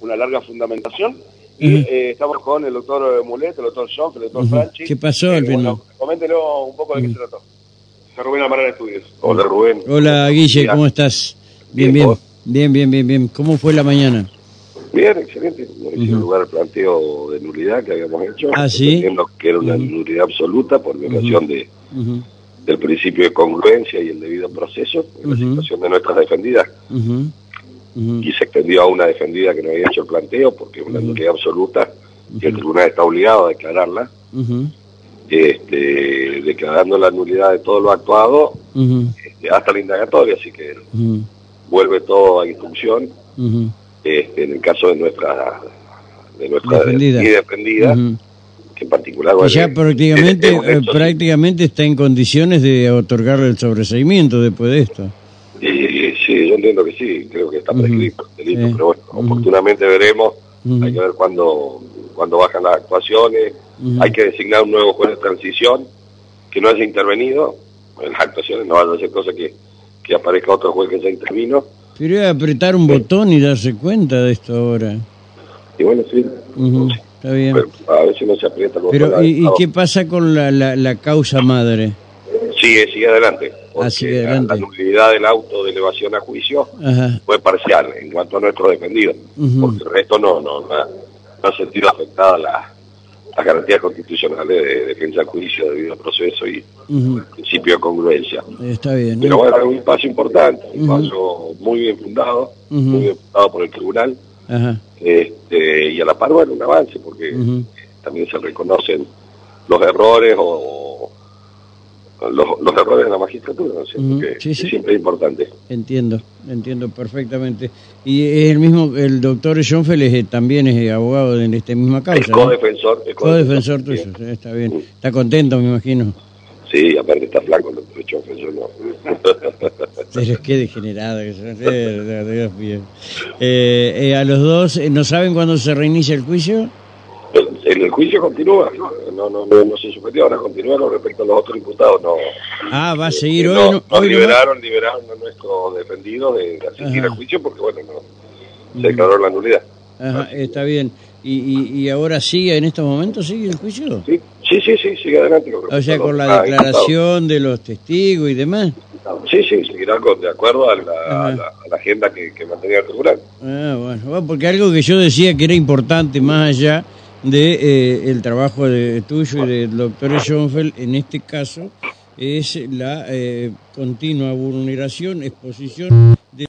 una larga fundamentación. Y eh, estamos con el doctor eh, Mulet, el doctor Joff, el doctor Franchi. ¿Qué pasó, Eh, Albino? bueno, coméntelo un poco de qué se trató. Rubén Amaral Estudios. Hola, Rubén. Hola Guille, ¿cómo estás? Bien, Bien, bien. ¿vos? Bien, bien, bien, bien. ¿Cómo fue la mañana? Bien, excelente. No le hicieron Ujú. lugar al planteo de nulidad que habíamos hecho. Ah, ¿sí? Entendiendo que era una Ujú. nulidad absoluta por violación de, Ujú, del principio de congruencia y el debido proceso en la Ujú. situación de nuestras defendidas. ujú, ujú, Y se extendió a una defendida que no había hecho el planteo porque es una Ujú. nulidad absoluta y el Ujú. tribunal está obligado a declararla. ujú, este, declarando la nulidad de todo lo actuado ujú, este, hasta la indagatoria, así que ujú, vuelve todo a instrucción ujú, este, en el caso de nuestra de nuestra Defendida. y defendida, ujú. que en particular Que bueno, ya es- prácticamente, es un eh, hecho, prácticamente está en condiciones de otorgarle el sobreseimiento después de esto. sí. Y- y- sí, yo entiendo que sí, creo que está Ujú. prescrito el delito, Eh, pero bueno, ujú. oportunamente veremos, Ujú. hay que ver cuándo cuando bajan las actuaciones, Ujú. hay que designar un nuevo juez de transición que no haya intervenido en las actuaciones, no vaya a ser cosa que, que aparezca otro juez que ya intervino, Pero iba a apretar un botón y darse cuenta de esto ahora. y bueno, sí, Ujú, Está bien. pero a veces no se aprieta el botón Pero, al- ¿y, y al- qué pasa con la, la, la causa madre? Sigue, sigue adelante. Porque Ah, sigue La, adelante. la nulidad del auto de elevación a juicio Ajá. fue parcial en cuanto a nuestro defendido. Ujú. Porque el resto no, no, no, ha- no ha sentido afectada la- las garantías constitucionales de defensa al juicio debido al proceso y ujú, principio de congruencia. Está bien. Pero bueno, es un paso importante, un Ujú. paso muy bien fundado, Ujú. muy bien fundado por el tribunal, Ajá. este, y a la par, bueno, un avance, porque ujú. también se reconocen los errores o, o los, los errores de la magistratura, ¿no es cierto? Ujú, que, sí, que sí. siempre es importante. Entiendo, entiendo perfectamente. Y es el mismo, el doctor Schoenfeld es, eh, también es eh, abogado en esta misma causa. el ¿no? codefensor, el Codefensor sí. tuyo, sí, está bien. Está contento, me imagino. Sí, aparte está flaco el doctor Schoenfeld, yo no. Pero qué degenerado que son, eh, Dios mío. Eh, eh, a los dos, eh, ¿no saben cuándo se reinicia el juicio? el, el juicio continúa, no, no, no, no se suspendió, ahora continúa con respecto a los otros imputados, no. Ah, va a seguir Eh, hoy. no, no- no hoy nomás. liberaron, liberaron a nuestros defendidos de asistir Ajá. al juicio porque, bueno, no, se declaró la nulidad. Ajá, está bien. ¿Y, y, y ahora sigue, en estos momentos sigue el juicio? Sí, sí, sí, sí, sigue adelante. con O sea, respecto a con los- la ah, imputados. declaración de los testigos y demás. Sí, sí, seguirá con, de acuerdo a la, Ajá. a la, a la agenda que, que mantenía el tribunal. Ah, bueno, bueno, porque algo que yo decía que era importante más allá de eh, el trabajo de, tuyo y del doctor Schoenfeld, en este caso, es la eh, continua vulneración, exposición